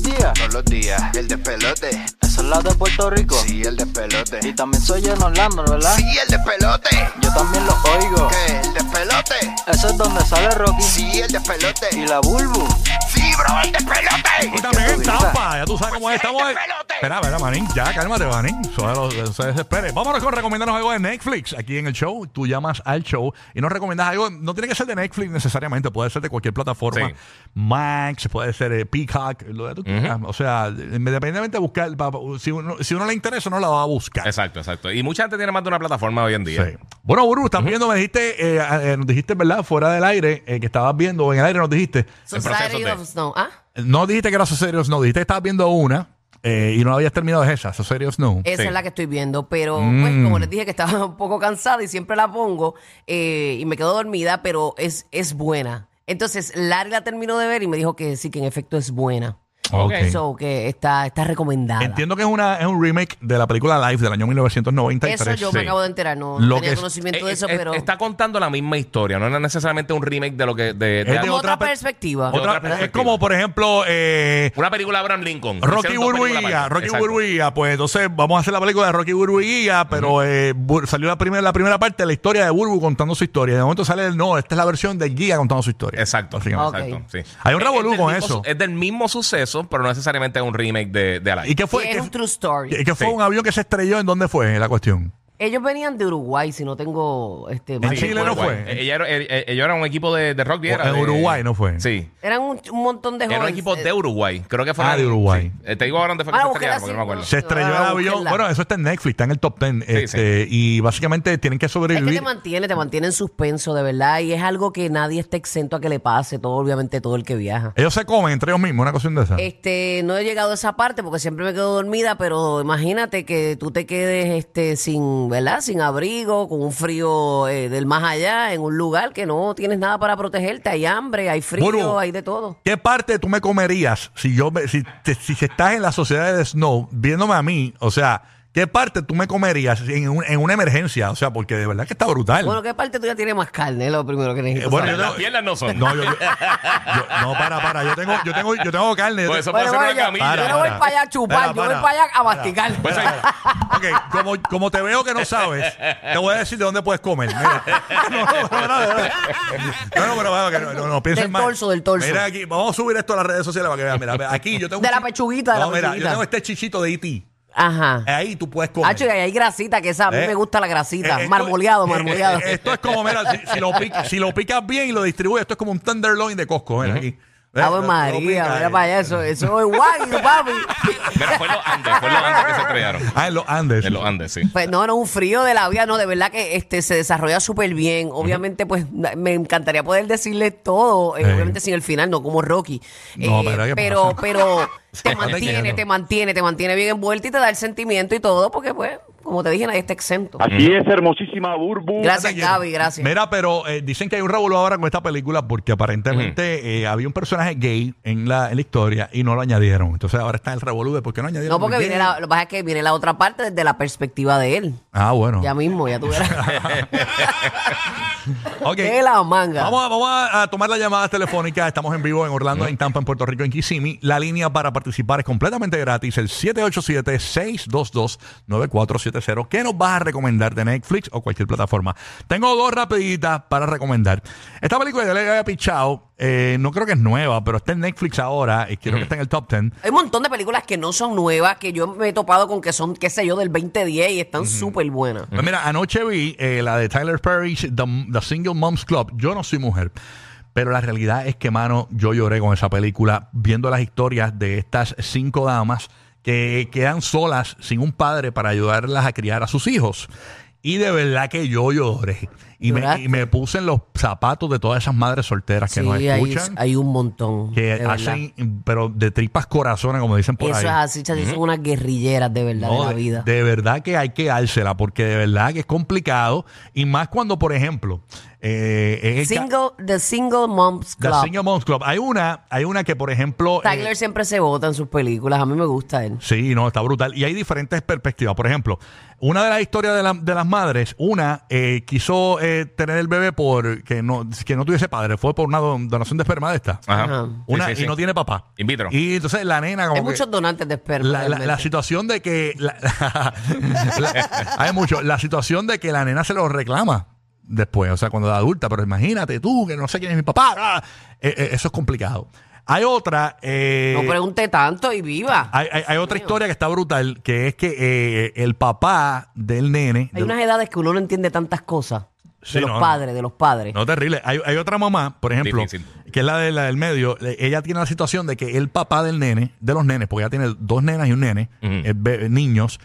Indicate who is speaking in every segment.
Speaker 1: todos los días, el despelote.
Speaker 2: Esa es la de Puerto Rico.
Speaker 1: Sí, el despelote.
Speaker 2: Y también soy en Orlando, ¿verdad?
Speaker 1: Sí, el despelote.
Speaker 2: Yo también lo oigo.
Speaker 1: ¿Qué? El despelote.
Speaker 2: Eso es donde sale Rocky.
Speaker 1: Sí, el despelote.
Speaker 2: Y la Bulbu.
Speaker 1: Sí, bro, el despelote.
Speaker 3: Y también en
Speaker 2: grita.
Speaker 3: Tampa, ya tú sabes cómo es,
Speaker 1: Pues sí,
Speaker 3: estamos.
Speaker 1: el despelote.
Speaker 3: Espera, espera, Manín, ya cálmate, Manín. Suelo- Se desespere. Vámonos con recomendarnos algo de Netflix aquí en el show. Tú llamas al show y nos recomiendas algo. No tiene que ser de Netflix necesariamente, puede ser de cualquier plataforma.
Speaker 4: Sí.
Speaker 3: Max, puede ser eh, Peacock, lo que tú quieras. O sea, independientemente de buscar, pa- si uno, si uno le interesa, no la va a buscar.
Speaker 4: Exacto, exacto. Y mucha gente tiene más de una plataforma hoy en día.
Speaker 3: Sí. Bueno, Buru, estás viendo, me dijiste, eh, eh, nos dijiste, ¿verdad? Fuera del aire, eh, que estabas viendo, en el aire nos dijiste.
Speaker 4: El proceso
Speaker 5: Society
Speaker 4: de-
Speaker 5: of Snow. ¿Ah?
Speaker 3: No dijiste que era So Serious No, dijiste que estabas viendo una eh, y no habías terminado de esa, So Serious No.
Speaker 5: Esa
Speaker 4: Sí. Mm.
Speaker 5: es la que estoy viendo, pero pues como les dije que estaba un poco cansada y siempre la pongo eh, y me quedo dormida, pero es, es buena. Entonces Larry la terminó de ver y me dijo que sí, que en efecto es buena.
Speaker 3: Ok.
Speaker 5: So, que está, está recomendada.
Speaker 3: Entiendo que es, una, es un remake de la película Life del año 1993.
Speaker 5: Eso yo me
Speaker 3: Sí.
Speaker 5: acabo de enterar, no
Speaker 3: Lo
Speaker 5: tenía
Speaker 3: que es-
Speaker 4: Eh,
Speaker 5: conocimiento de
Speaker 4: eh,
Speaker 5: eso,
Speaker 4: eh,
Speaker 5: pero
Speaker 4: Está contando la misma historia, no es necesariamente un remake de lo que. de- de-
Speaker 3: Es de
Speaker 5: Como otra
Speaker 3: pe-
Speaker 5: perspectiva.
Speaker 3: otra-
Speaker 4: De otra
Speaker 3: es
Speaker 4: perspectiva.
Speaker 3: como, por ejemplo, eh,
Speaker 4: una película de Abraham Lincoln.
Speaker 3: Rocky
Speaker 4: Hicieron dos películas
Speaker 3: Burbuía.
Speaker 4: aparte.
Speaker 3: Rocky
Speaker 4: Exacto.
Speaker 3: Burbuía. Pues entonces vamos a hacer la película de Rocky Burbuía, pero eh, Bur- salió la primera, la primera parte de la historia de Burbu contando su historia. De momento sale el no, esta es la versión del guía contando su historia.
Speaker 4: Exacto,
Speaker 3: Básicamente.
Speaker 4: exacto,
Speaker 5: Ok.
Speaker 4: sí.
Speaker 3: Hay un
Speaker 4: Es-
Speaker 3: revolú
Speaker 4: es del
Speaker 3: con
Speaker 4: mismo
Speaker 3: eso.
Speaker 4: su- Es del mismo suceso, pero no necesariamente es un remake de, de Alive.
Speaker 3: ¿Y qué fue?
Speaker 5: que es un true story.
Speaker 3: ¿Qué, qué fue
Speaker 4: Sí.
Speaker 3: un avión que se estrelló? ¿En dónde fue la cuestión?
Speaker 5: Ellos venían de Uruguay, si no tengo este
Speaker 3: En Chile no
Speaker 5: recuerdo.
Speaker 3: fue.
Speaker 4: Eh, ella era- eh, eh, ellos eran un equipo de, de rock.
Speaker 3: O-
Speaker 4: era
Speaker 3: en
Speaker 4: de-
Speaker 3: Uruguay no fue.
Speaker 4: Sí.
Speaker 5: Eran un, un montón de jóvenes.
Speaker 4: Era un equipo de Uruguay. Creo que fue. Eh,
Speaker 3: Ah, de Uruguay.
Speaker 4: te digo ahora dónde fue que
Speaker 5: eh. Ah,
Speaker 4: se
Speaker 5: busqué la
Speaker 4: estrellaron, porque no me acuerdo.
Speaker 3: Se estrelló el
Speaker 5: Ah,
Speaker 3: avión.
Speaker 5: búsquenla.
Speaker 3: Bueno, eso está en Netflix, está en el top 10. este, Y básicamente tienen que
Speaker 5: Es
Speaker 3: sobrevivir.
Speaker 5: que te mantiene, te mantiene en suspenso, de verdad. Y es algo que nadie está exento a que le pase, todo, obviamente, todo el que viaja.
Speaker 3: Ellos se comen entre ellos mismos, una cuestión de esa.
Speaker 5: Este, no he llegado a esa parte porque siempre me quedo dormida, pero imagínate que tú te quedes este sin, ¿verdad? Sin abrigo, con un frío eh, del más allá, en un lugar que no tienes nada para protegerte, hay hambre, hay frío,
Speaker 3: Bueno.
Speaker 5: hay de todo.
Speaker 3: ¿Qué parte tú me comerías si yo me- si, te- si estás en la sociedad de Snow viéndome a mí? O sea, ¿qué parte tú me comerías en, un- en una emergencia? O sea, porque de verdad que está brutal.
Speaker 5: Bueno, ¿qué parte tuya tiene más carne? Es lo primero que necesito.
Speaker 3: Eh, bueno,
Speaker 5: saber.
Speaker 3: yo
Speaker 4: Las
Speaker 3: te-
Speaker 4: piernas no son.
Speaker 3: No, yo, yo- yo- no, para, para. Yo tengo, yo tengo, yo tengo carne. yo
Speaker 4: Pues
Speaker 3: te-
Speaker 4: eso puede
Speaker 5: Bueno,
Speaker 4: ser
Speaker 5: bueno,
Speaker 4: una
Speaker 5: yo,
Speaker 4: camilla.
Speaker 5: yo no
Speaker 3: Para,
Speaker 5: voy
Speaker 3: para.
Speaker 5: para allá a chupar,
Speaker 3: Para,
Speaker 5: yo
Speaker 3: para.
Speaker 5: voy para allá a masticar.
Speaker 4: Pues ahí-
Speaker 3: Ok, como, como te veo que no sabes, te voy a decir de dónde puedes comer. Mira. No, no, no, no, no, no. No, no, pero bueno, que no, no, no, piensen
Speaker 5: Del
Speaker 3: mal.
Speaker 5: torso, del torso.
Speaker 3: Mira aquí, vamos a subir esto a las redes sociales para que vean. Mira, aquí yo tengo. un
Speaker 5: De la
Speaker 3: chi-
Speaker 5: pechuguita, de
Speaker 3: No,
Speaker 5: la
Speaker 3: mira, yo
Speaker 5: pechuguita.
Speaker 3: tengo este chichito de E.T.
Speaker 5: Ajá.
Speaker 3: Ahí tú puedes comer.
Speaker 5: Hacho, y ahí hay grasita, que esa, a mí
Speaker 3: Eh,
Speaker 5: me gusta la grasita.
Speaker 3: eh, esto-
Speaker 5: marmoleado,
Speaker 3: eh,
Speaker 5: marmoleado.
Speaker 3: eh, Esto es como, mira, si, si lo pica- si lo picas bien y lo distribuyes, esto es como un tenderloin de Costco. Mira aquí. Mira,
Speaker 5: Ave
Speaker 3: lo- lo
Speaker 5: Ah, pues, María,
Speaker 3: pica,
Speaker 5: mira
Speaker 3: eh.
Speaker 5: para allá, eso, eso es guay, papi.
Speaker 4: Mira, fue en los Andes, fue en los Andes que se estrellaron.
Speaker 3: Ah, en los Andes.
Speaker 4: En los Andes, sí.
Speaker 5: Pues no, no, un frío de la vida, no, de verdad que este se desarrolla súper bien. Obviamente, pues na- me encantaría poder decirle todo, eh,
Speaker 3: Sí.
Speaker 5: obviamente sin el final, no como Rocky.
Speaker 3: No,
Speaker 5: Eh,
Speaker 3: pero ¿qué
Speaker 5: pero,
Speaker 3: pasa?
Speaker 5: pero te
Speaker 3: No te
Speaker 5: mantiene,
Speaker 3: quiero.
Speaker 5: te mantiene, te mantiene bien envuelta y te da el sentimiento y todo, porque pues, como te dije, nadie está exento.
Speaker 6: Así es, hermosísima Burbu.
Speaker 5: Gracias, Gaby, gracias.
Speaker 3: Mira, pero eh, dicen que hay un revolú ahora con esta película porque aparentemente eh, había un personaje gay en la, en la historia y no lo añadieron. Entonces ahora está el revolú de por qué no añadieron.
Speaker 5: no, porque
Speaker 3: el
Speaker 5: viene
Speaker 3: gay.
Speaker 5: la, lo que pasa es que viene la otra parte desde la perspectiva de él.
Speaker 3: Ah, bueno.
Speaker 5: Ya mismo, ya tú verás.
Speaker 3: Ok.
Speaker 5: de la manga.
Speaker 3: Vamos, a, vamos a- a tomar las llamadas telefónicas. Estamos en vivo en Orlando, en Tampa, en Puerto Rico, en Kissimmee. La línea para participar es completamente gratis. El 787-622-9470. ¿Qué nos vas a recomendar de Netflix o cualquier plataforma? Tengo dos rapiditas para recomendar. Esta película ya le había pichado. eh, no creo que es nueva, pero está en Netflix ahora. Y creo que está en el top 10.
Speaker 5: Hay un montón de películas que no son nuevas, que yo me he topado con que son, qué sé yo, del 2010 y están súper buenas.
Speaker 3: Pues mira, anoche vi eh, la de Tyler Perry, The, The Single Moms Club. Yo no soy mujer. Pero la realidad es que, mano, yo lloré con esa película viendo las historias de estas cinco damas que quedan solas sin un padre para ayudarlas a criar a sus hijos. Y de verdad que yo lloré. Y me,
Speaker 5: ¿Lloraste?
Speaker 3: y me puse en los zapatos de todas esas madres solteras que
Speaker 5: sí,
Speaker 3: nos
Speaker 5: hay,
Speaker 3: escuchan.
Speaker 5: hay un montón.
Speaker 3: que
Speaker 5: de verdad.
Speaker 3: hacen, pero de tripas corazones, como dicen por
Speaker 5: Eso
Speaker 3: ahí.
Speaker 5: es así, chacho, son unas guerrilleras de verdad
Speaker 3: No,
Speaker 5: de la
Speaker 3: de-
Speaker 5: vida.
Speaker 3: De, verdad que hay que dársela, porque de verdad que es complicado. Y más cuando, por ejemplo, eh, en el ca-
Speaker 5: Single, the Single Moms
Speaker 3: The
Speaker 5: Club.
Speaker 3: Single Moms Club. Hay una, hay una que, por ejemplo. eh,
Speaker 5: Tyler siempre se vota en sus películas, a mí me gusta él.
Speaker 3: Sí, no, está brutal. Y hay diferentes perspectivas. Por ejemplo, una de las historias de, la- de las madres, una eh, quiso eh, de tener el bebé porque no, que no tuviese padre, fue por una don- donación de esperma de esta.
Speaker 5: Ajá.
Speaker 4: Ajá.
Speaker 3: Una,
Speaker 4: Ah, Sí, sí,
Speaker 3: y
Speaker 4: sí.
Speaker 3: no tiene papá.
Speaker 4: In vitro.
Speaker 3: Y entonces la nena como
Speaker 5: Hay
Speaker 3: que-
Speaker 5: muchos donantes de esperma.
Speaker 3: la, la- la
Speaker 5: realmente.
Speaker 3: situación de que la- la- hay mucho la situación de que la nena se lo reclama después o sea cuando es adulta pero imagínate tú que no sé quién es mi papá ah, eh, eh, eso es complicado hay otra eh,
Speaker 5: no pregunte tanto y viva.
Speaker 3: hay, hay- hay otra historia que está brutal que es que eh, el papá del nene
Speaker 5: Hay
Speaker 3: del-
Speaker 5: unas edades que uno no entiende tantas cosas.
Speaker 3: Sí,
Speaker 5: de los
Speaker 3: no, no.
Speaker 5: padres, de los padres.
Speaker 3: No, terrible. Hay, hay otra mamá, por ejemplo,
Speaker 4: Difícil.
Speaker 3: que es la, de, la del medio. le- Ella tiene la situación de que el papá del nene, de los nenes, porque ella tiene dos nenas y un nene,
Speaker 4: Ujú.
Speaker 3: eh, be- niños,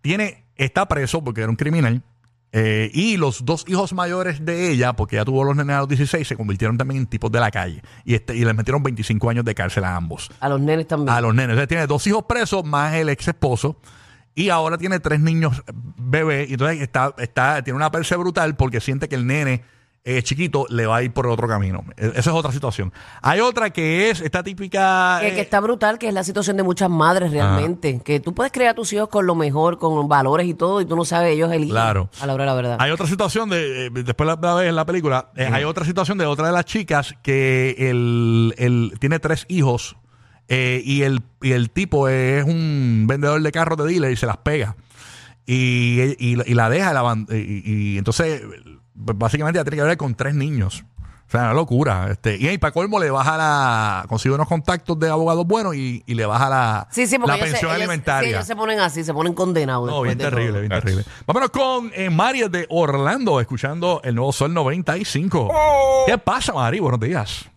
Speaker 3: tiene, está preso porque era un criminal. eh, y los dos hijos mayores de ella, porque ella tuvo los nenes a los 16, se convirtieron también en tipos de la calle. Y, este, y les metieron 25 años de cárcel a ambos.
Speaker 5: A los nenes también.
Speaker 3: A los nenes. O sea, tiene dos hijos presos más el ex esposo. Y ahora tiene tres niños bebés. Y entonces está, está, tiene una perse brutal porque siente que el nene eh, chiquito le va a ir por otro camino. E- Esa es otra situación. Hay otra que es esta típica.
Speaker 5: que,
Speaker 3: eh,
Speaker 5: que está brutal, que es la situación de muchas madres realmente. Que tú puedes crear a tus hijos con lo mejor, con valores y todo, y tú no sabes, ellos eligen
Speaker 3: Claro.
Speaker 5: a la hora de la verdad.
Speaker 3: Hay otra situación de. eh, después la, la ves en la película. eh, Hay otra situación de otra de las chicas que el, el- tiene tres hijos. eh, y, el, y el tipo es un vendedor de carros de dealer y se las pega. Y, y, y la deja. la aban- y, y entonces, pues, básicamente, ya tiene que ver con tres niños. O sea, una locura. Este, y ahí, para colmo, le baja la. Consigue unos contactos de abogados buenos y, y le baja la,
Speaker 5: sí, sí, porque
Speaker 3: la
Speaker 5: ellos se-
Speaker 3: pensión
Speaker 5: ellos-
Speaker 3: alimentaria.
Speaker 5: sí, ellos se ponen así, se ponen condenados.
Speaker 3: No, bien
Speaker 5: después de
Speaker 3: terrible, bien
Speaker 4: todo.
Speaker 3: terrible. Vámonos con eh, Mari de Orlando, escuchando el nuevo Sol 95.
Speaker 4: Oh.
Speaker 3: ¿Qué pasa, Mari? Buenos días.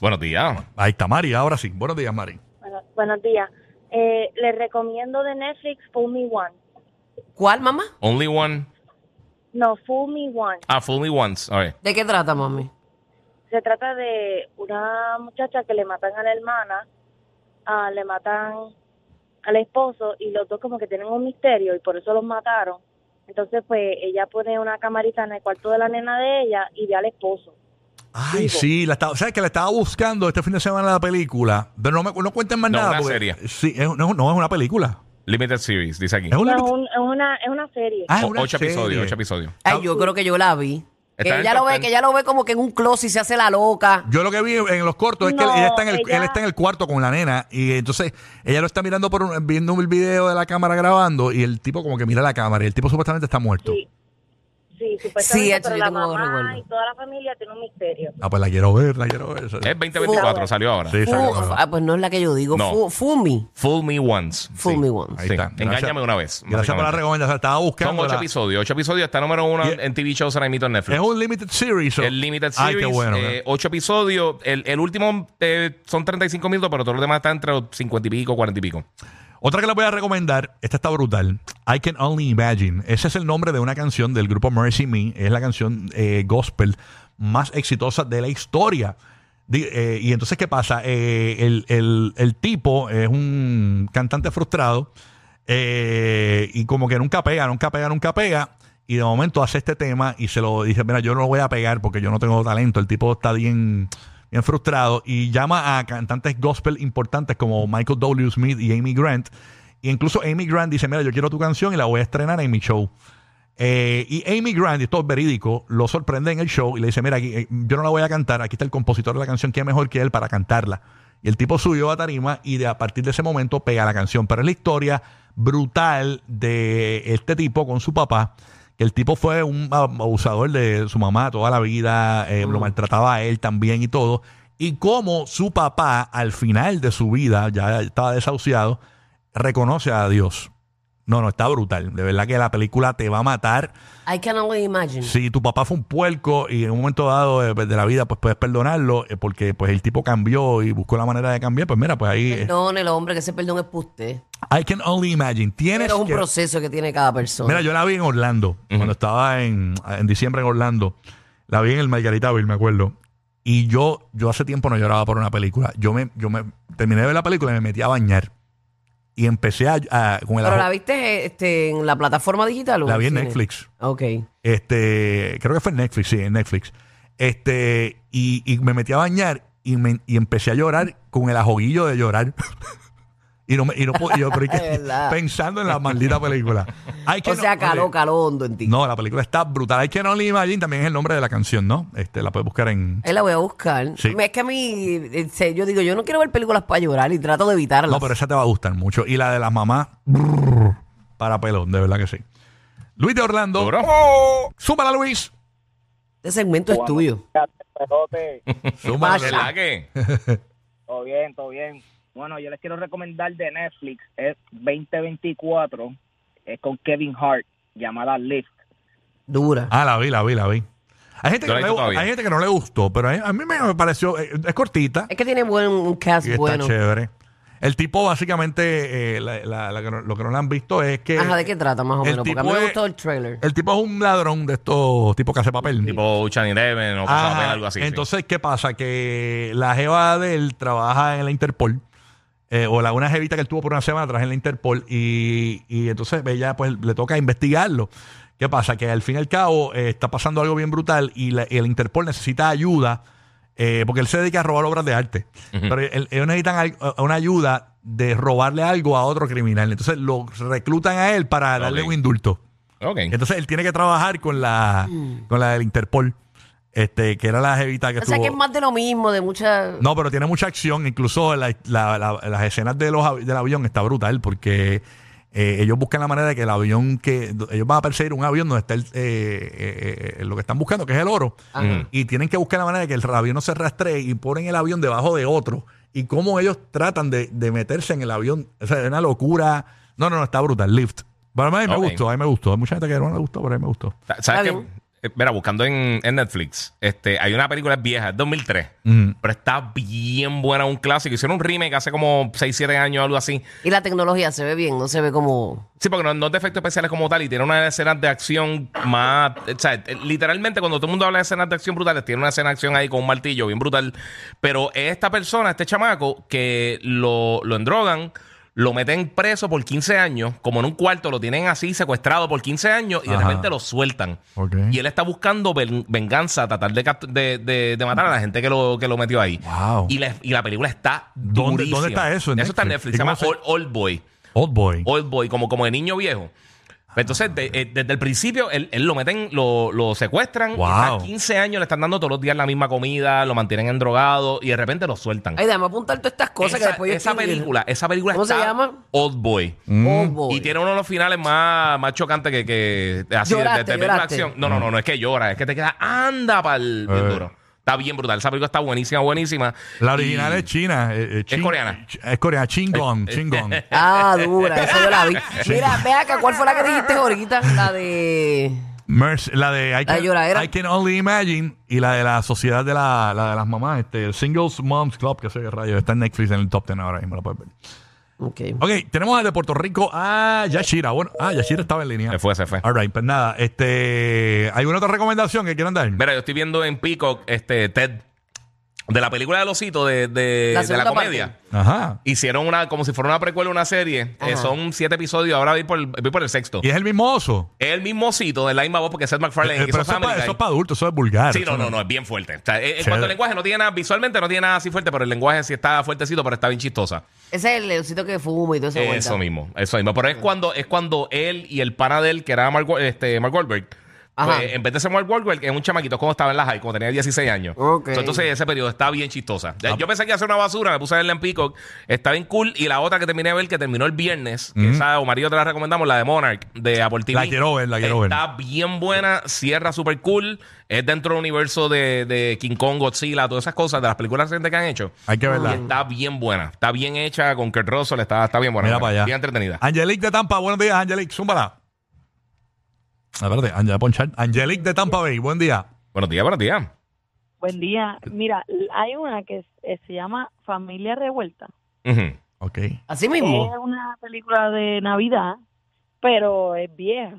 Speaker 4: Buenos días.
Speaker 3: Ahí está Mari, ahora sí. Buenos días, Mari.
Speaker 7: Bueno, buenos días. Eh, les recomiendo de Netflix Fool Me One.
Speaker 5: todo. ¿Cuál, mamá?
Speaker 4: Only one.
Speaker 7: No, Fool Me One.
Speaker 4: Ah, fool me once. All right.
Speaker 5: ¿De qué trata, mami?
Speaker 7: Se trata de una muchacha que le matan a la hermana, ah, le matan al esposo y los dos como que tienen un misterio y por eso los mataron. Entonces, pues ella pone una camarita en el cuarto de la nena de ella y ve al esposo.
Speaker 3: Ay, sí, la estaba, ¿sabes que la estaba buscando este fin de semana la película? Pero no me no cuenten más
Speaker 4: No,
Speaker 3: nada.
Speaker 4: una
Speaker 3: porque-
Speaker 4: serie.
Speaker 3: Sí, es- no, no, es una película.
Speaker 4: Limited series, dice aquí.
Speaker 3: Es una,
Speaker 7: No, es, un- es una, es una serie.
Speaker 3: ah, es
Speaker 4: O-
Speaker 3: una
Speaker 4: ocho
Speaker 3: serie.
Speaker 4: episodios, ocho episodios.
Speaker 5: Ay, yo creo que yo la vi. Que
Speaker 4: Está en
Speaker 5: ella lo
Speaker 4: top
Speaker 5: ve,
Speaker 4: ten.
Speaker 5: que ella lo ve como que en un closet y se hace la loca.
Speaker 3: Yo lo que vi en los cortos es que
Speaker 7: No,
Speaker 3: ella está en el,
Speaker 7: ella-
Speaker 3: él está en el cuarto con la nena y entonces ella lo está mirando por un- viendo un video de la cámara grabando y el tipo como que mira la cámara y el tipo supuestamente está muerto.
Speaker 7: Sí. Sí,
Speaker 5: Sí,
Speaker 7: supuestamente,
Speaker 5: hecho,
Speaker 7: pero
Speaker 5: yo
Speaker 7: la
Speaker 5: tengo
Speaker 7: mamá
Speaker 5: recuerdo.
Speaker 7: y toda la familia tiene un misterio.
Speaker 3: Ah, pues la quiero ver, la quiero ver.
Speaker 4: Es 2024, salió ahora.
Speaker 3: Sí,
Speaker 5: Fu-
Speaker 3: salió, salió.
Speaker 5: ah, pues no es la que yo digo.
Speaker 4: No.
Speaker 5: Fu- Fumi.
Speaker 4: Fool me once.
Speaker 5: Fool me once.
Speaker 3: Ahí
Speaker 4: Sí.
Speaker 3: está.
Speaker 4: Engáñame una vez,
Speaker 3: Gracias por la
Speaker 4: básicamente.
Speaker 3: recomendación. Estaba buscando.
Speaker 4: Son ocho
Speaker 3: la-
Speaker 4: episodios. Ocho episodios está número uno
Speaker 3: Y-
Speaker 4: en TV shows ahora mismo en Netflix.
Speaker 3: Es un limited series. ¿o?
Speaker 4: El Limited
Speaker 3: Ay,
Speaker 4: Series.
Speaker 3: qué bueno.
Speaker 4: eh, ocho episodios. El, el último eh, son 35 minutos, pero todos los demás están entre los 50 y pico, 40 y pico.
Speaker 3: Otra que les voy a recomendar, esta está brutal. I Can Only Imagine. Ese es el nombre de una canción del grupo Mercy Me. Es la canción eh, gospel más exitosa de la historia. Di- eh, y entonces, ¿qué pasa? Eh, el, el- el tipo es un cantante frustrado eh, y como que nunca pega, nunca pega, nunca pega. Y de momento hace este tema y se lo dice, mira, yo no lo voy a pegar porque yo no tengo talento. El tipo está bien, bien frustrado y llama a cantantes gospel importantes como Michael W. Smith y Amy Grant. Y incluso Amy Grant dice, mira, yo quiero tu canción y la voy a estrenar en mi show. Eh, y Amy Grant, y esto es verídico, lo sorprende en el show y le dice, mira, aquí, eh, yo no la voy a cantar, aquí está el compositor de la canción, ¿quién mejor que él para cantarla? Y el tipo subió a tarima y de, a partir de ese momento pega la canción. Pero es la historia brutal de este tipo con su papá, que el tipo fue un ab- abusador de su mamá toda la vida, eh, lo maltrataba a él también y todo. Y cómo su papá, al final de su vida, ya estaba desahuciado, reconoce a Dios. No, no, está brutal. De verdad que la película te va a matar.
Speaker 5: I can only imagine.
Speaker 3: Si tu papá fue un puerco y en un momento dado eh, de la vida, pues puedes perdonarlo, eh, porque pues el tipo cambió y buscó la manera de cambiar, pues mira, pues ahí... eh,
Speaker 5: Perdón, el hombre, que ese perdón es para usted.
Speaker 3: I can only imagine. Tienes
Speaker 5: Pero es un
Speaker 3: que-
Speaker 5: proceso que tiene cada persona.
Speaker 3: Mira, yo la vi en Orlando, cuando estaba en, en diciembre en Orlando. La vi en el Margaritaville, me acuerdo. Y yo, yo hace tiempo no lloraba por una película. Yo me, yo me terminé de ver la película y me metí a bañar. Y empecé a, a- con el
Speaker 5: Pero
Speaker 3: ajo-
Speaker 5: la viste este, en la plataforma digital. o
Speaker 3: la vi en
Speaker 5: cine?
Speaker 3: Netflix.
Speaker 5: Ok.
Speaker 3: Este, creo que fue en Netflix, sí, en Netflix. Este, y, y me metí a bañar y, me- y empecé a llorar con el ajoguillo de llorar. Y no, me- y no puedo- y yo, pero ¿y qué?
Speaker 5: Es verdad.
Speaker 3: pensando en la maldita película. I
Speaker 5: O
Speaker 3: cannot-
Speaker 5: sea, caló,
Speaker 3: oye,
Speaker 5: caló hondo en ti.
Speaker 3: No, la película está brutal. I Can Only Imagine también es el nombre de la canción, ¿no? Este, la puedes buscar en...
Speaker 5: Ahí la voy a buscar.
Speaker 3: Sí.
Speaker 5: Es que a mí, eh, sé, yo digo, yo no quiero ver películas para llorar y trato de evitarlas.
Speaker 3: No, pero esa te va a gustar mucho. Y la de las mamás, brrr, para pelón, de verdad que sí. Luis de Orlando.
Speaker 4: Duro.
Speaker 3: Súmala, Luis.
Speaker 5: Este segmento es tuyo.
Speaker 8: Pelote,
Speaker 3: Súmala.
Speaker 5: pasa?
Speaker 4: ¿Verdad que?
Speaker 8: todo bien, todo bien. Bueno, yo les quiero recomendar de Netflix, es 2024, es con Kevin Hart, llamada Lift.
Speaker 5: Dura.
Speaker 3: Ah, la vi, la vi, la vi. Hay gente,
Speaker 4: No
Speaker 3: que no le,
Speaker 4: la he visto
Speaker 3: gu-
Speaker 4: todavía.
Speaker 3: hay gente que no le gustó, pero a a mí me pareció... eh, Es cortita.
Speaker 5: Es que tiene buen un cast
Speaker 3: Y está
Speaker 5: bueno.
Speaker 3: chévere. El tipo, básicamente, eh, la- la- la que no- lo que no le han visto es que.
Speaker 5: Ajá, ¿de qué trata más o
Speaker 3: el
Speaker 5: menos? Porque a mí
Speaker 3: tipo
Speaker 5: me
Speaker 3: es-
Speaker 5: gustó el trailer.
Speaker 3: El tipo es un ladrón de estos tipos que hace papel.
Speaker 4: Tipo Ocean Eleven o
Speaker 3: Ajá.
Speaker 4: Casa Papel, algo así. sí.
Speaker 3: Entonces, ¿qué pasa? Que la jeva de él trabaja en la Interpol. eh, o la una jevita que él tuvo por una semana trabaja en la Interpol. Y, y entonces ella pues le toca investigarlo. ¿Qué pasa? Que al fin y al cabo eh, está pasando algo bien brutal y la, el Interpol necesita ayuda. eh, porque él se dedica a robar obras de arte. Pero él- ellos necesitan al- a- una ayuda de robarle algo a otro criminal. Entonces lo reclutan a él para darle
Speaker 4: Ok.
Speaker 3: un indulto.
Speaker 4: Ok.
Speaker 3: Entonces él tiene que trabajar con la con la del Interpol, este, que era la jevita que
Speaker 5: o sea,
Speaker 3: estuvo-
Speaker 5: que es más de lo mismo, de mucha...
Speaker 3: No, pero tiene mucha acción, incluso la- la- la- las escenas de los avi- del avión está brutal porque eh, ellos buscan la manera de que el avión que do- ellos van a perseguir un avión donde está el, eh, eh, eh, lo que están buscando, que es el oro,
Speaker 5: Ajá.
Speaker 3: y tienen que buscar la manera de que el avión no se rastree y ponen el avión debajo de otro y cómo ellos tratan de, de meterse en el avión, o sea, es una locura. No, no, no, está brutal, Lift. Pero a mí me
Speaker 4: Ok.
Speaker 3: gustó, a mí me gustó. Hay mucha gente que no le gustó, pero a mí me gustó.
Speaker 4: Ta-
Speaker 5: Está
Speaker 4: ¿Sabes qué?
Speaker 5: bien.
Speaker 4: Eh, Mira, buscando en, en Netflix, este, hay una película es vieja, es 2003,
Speaker 3: Mm.
Speaker 4: pero está bien buena, un clásico. Hicieron un remake hace como 6, 7 años, algo así.
Speaker 5: Y la tecnología se ve bien, no se ve como...
Speaker 4: Sí, porque no, no es de efectos especiales como tal y tiene unas escenas de acción más. O sea, eh, literalmente cuando todo el mundo habla de escenas de acción brutales, tiene una escena de acción ahí con un martillo bien brutal. Pero es esta persona, este chamaco, que lo, lo endrogan, lo meten preso por 15 años, como en un cuarto, lo tienen así secuestrado por 15 años y de
Speaker 3: Ajá.
Speaker 4: repente lo sueltan.
Speaker 3: Ok.
Speaker 4: Y él está buscando ven- venganza, tratar de, capt- de, de- de matar a la gente que lo, que lo metió ahí.
Speaker 3: Wow.
Speaker 4: Y la, y la película está.
Speaker 3: ¿Dónde-
Speaker 4: durísima.
Speaker 3: dónde está eso? ¿En
Speaker 4: eso está en
Speaker 3: Netflix?
Speaker 4: Netflix, se
Speaker 3: ¿Y
Speaker 4: llama
Speaker 3: cómo
Speaker 4: Old- Old Boy.
Speaker 3: Old Boy.
Speaker 4: Old Boy, como, como de niño viejo. Entonces, de- eh, desde el principio, él, él lo meten, lo, lo secuestran.
Speaker 3: Wow.
Speaker 4: y está 15 años le están dando todos los días la misma comida, lo mantienen endrogado y de repente lo sueltan.
Speaker 5: Ay, déjame apuntar todas estas cosas que
Speaker 4: esa,
Speaker 5: después yo
Speaker 4: esa
Speaker 5: estoy-
Speaker 4: película, esa película
Speaker 5: ¿Cómo se
Speaker 4: está
Speaker 5: llama?
Speaker 4: Old Boy.
Speaker 3: Mm.
Speaker 5: Oh, boy.
Speaker 4: Y tiene uno de los finales más, más chocantes que, que así de- de-
Speaker 5: Lloraste,
Speaker 4: de, película de
Speaker 5: lloraste.
Speaker 4: acción. No, no, no, no es que llora, es que te queda anda para el
Speaker 3: Eh.
Speaker 4: duro. Está bien brutal. Esa película está buenísima, buenísima.
Speaker 3: La original
Speaker 4: Y-
Speaker 3: es china. eh, eh, Chin-
Speaker 4: coreana. Eh,
Speaker 3: Ch- Es coreana. Chingon. Chingon.
Speaker 5: Ah, dura, esa yo la vi. Mira, ve acá, ¿cuál fue la que dijiste ahorita? La de...
Speaker 3: Mercy- la de I can,
Speaker 5: lloradera.
Speaker 3: I Can Only Imagine y la de la sociedad de la, la de las mamás, este Singles Moms Club, que sé qué rayo, está en Netflix en el top 10 ahora mismo, la puedes ver.
Speaker 5: Ok.
Speaker 3: Ok, tenemos al de Puerto Rico a Yashira. Bueno, ah, Yashira estaba en línea.
Speaker 4: Se fue, se fue.
Speaker 3: All right, pues nada, este, ¿alguna otra recomendación que quieran dar?
Speaker 4: Mira, yo estoy viendo en Peacock este, Ted de la película del osito de, de-
Speaker 5: La
Speaker 4: de la
Speaker 5: segunda
Speaker 4: comedia.
Speaker 5: parte.
Speaker 3: Ajá.
Speaker 4: Hicieron una, como si fuera una precuela, una serie. Eh,
Speaker 5: Ajá.
Speaker 4: son siete episodios. Ahora voy por el, voy por el sexto.
Speaker 3: Y
Speaker 4: Es
Speaker 3: es el mismo oso.
Speaker 4: el mismo osito de la misma voz porque Seth McFarlane
Speaker 3: Eh, pero eso es,
Speaker 4: Family
Speaker 3: para,
Speaker 4: Guy.
Speaker 3: adultos, eso es vulgar.
Speaker 4: Sí,
Speaker 3: eso
Speaker 4: Ah, no, no, no, es bien fuerte. O sea, eh, en
Speaker 3: Chévere.
Speaker 4: cuanto al lenguaje, no tiene nada, visualmente no tiene nada así fuerte, pero el lenguaje sí está fuertecito, pero está bien chistosa.
Speaker 5: Ese es el leoncito que fuma y todo eso.
Speaker 4: Eso mismo, eso mismo. Pero es cuando, es cuando él y el pana de él, que era Mark, Wa- este, Mark Wahlberg,
Speaker 5: Ajá.
Speaker 3: Eh,
Speaker 4: pues, en vez de ser Mark Wahlberg, es un chamaquito cuando estaba en la high, cuando tenía 16 años.
Speaker 5: Ok.
Speaker 4: So, Entonces ese periodo está bien chistosa. Ya, Yo pensé que iba a ser una basura, me puse a verla en Peacock, está bien cool. Y la otra que terminé de ver, que terminó el viernes, que esa Omar y yo te la recomendamos, la de Monarch, de Apple TV.
Speaker 3: La quiero ver, la Ah, quiero ver.
Speaker 4: Está bien buena, cierra super cool, es dentro del universo de, de King Kong, Godzilla, todas esas cosas, de las películas recientes que han hecho.
Speaker 3: Hay que verla.
Speaker 4: Y está bien buena. Está bien hecha con Kurt Russell. Está, está bien buena.
Speaker 3: Mira para allá.
Speaker 4: Bien entretenida.
Speaker 3: Angelique de Tampa, buenos días, Angelique, zúmbala. Espérate, Angela Ponchar. Angelique de Tampa Bay, buen día.
Speaker 4: Buenos días, buenos días.
Speaker 9: Buen día. Mira, hay una que eh, se llama Familia Revuelta.
Speaker 4: Ujú.
Speaker 3: Ok.
Speaker 5: Así
Speaker 9: Es
Speaker 5: mismo.
Speaker 9: una película de Navidad, pero es vieja.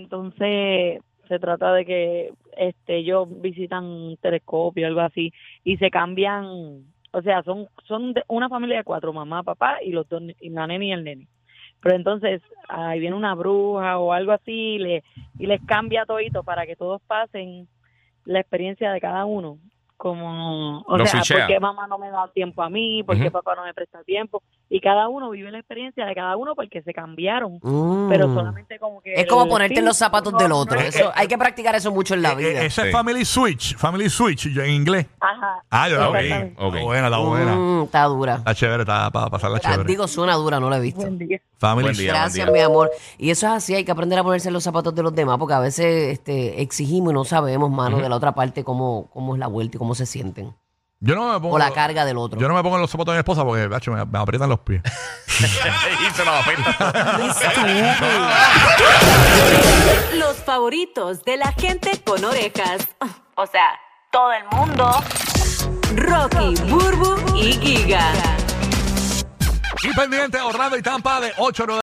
Speaker 9: Entonces, se trata de que este ellos visitan un telescopio, algo así, y se cambian. O sea, son son de- una familia de cuatro, mamá, papá y los dos, ni- y la nene y el nene. Pero entonces, ahí viene una bruja o algo así y, le, y les cambia todito para que todos pasen la experiencia de cada uno. Como, o
Speaker 4: Lo
Speaker 9: sea,
Speaker 4: switchea.
Speaker 9: ¿por qué mamá no me da tiempo a mí? ¿Por qué
Speaker 4: Ujú.
Speaker 9: papá no me presta tiempo? y cada uno vive la experiencia de cada uno porque se cambiaron,
Speaker 5: Mm.
Speaker 9: pero solamente como que...
Speaker 5: Es como
Speaker 9: el
Speaker 5: ponerte en los
Speaker 9: físico
Speaker 5: zapatos
Speaker 9: no-
Speaker 5: del
Speaker 9: no
Speaker 5: otro.
Speaker 9: es-
Speaker 5: Eso, hay que practicar eso mucho en la
Speaker 3: Eh,
Speaker 5: vida.
Speaker 3: eh, esa
Speaker 4: Sí.
Speaker 3: es Family Switch, Family Switch yo en inglés.
Speaker 9: Ajá.
Speaker 3: Ah, yo la vi.
Speaker 9: Exactamente.
Speaker 4: Ok.
Speaker 3: Está buena, está buena.
Speaker 5: Mm, está dura.
Speaker 3: Está chévere, está para pasarla
Speaker 5: Ah,
Speaker 3: chévere.
Speaker 5: Digo, suena dura, no la he visto.
Speaker 9: Buen día.
Speaker 3: Family
Speaker 4: Buen
Speaker 3: Switch.
Speaker 4: día,
Speaker 5: Gracias,
Speaker 4: buen
Speaker 5: mi
Speaker 4: día.
Speaker 5: amor. Y eso es así, hay que aprender a ponerse en los zapatos de los demás, porque a veces este, exigimos y no sabemos, mano, de la otra parte cómo, cómo es la vuelta y cómo se sienten.
Speaker 3: Yo no me pongo.
Speaker 5: O la carga del otro.
Speaker 3: Yo no me pongo en los zapatos de mi esposa porque, macho, me, me aprietan los pies.
Speaker 4: y se lo apesta.
Speaker 10: Los favoritos de la gente con orejas. O sea, todo el mundo. Rocky, Burbu y Giga.
Speaker 3: y pendiente, Orlando y Tampa de 8 a 9.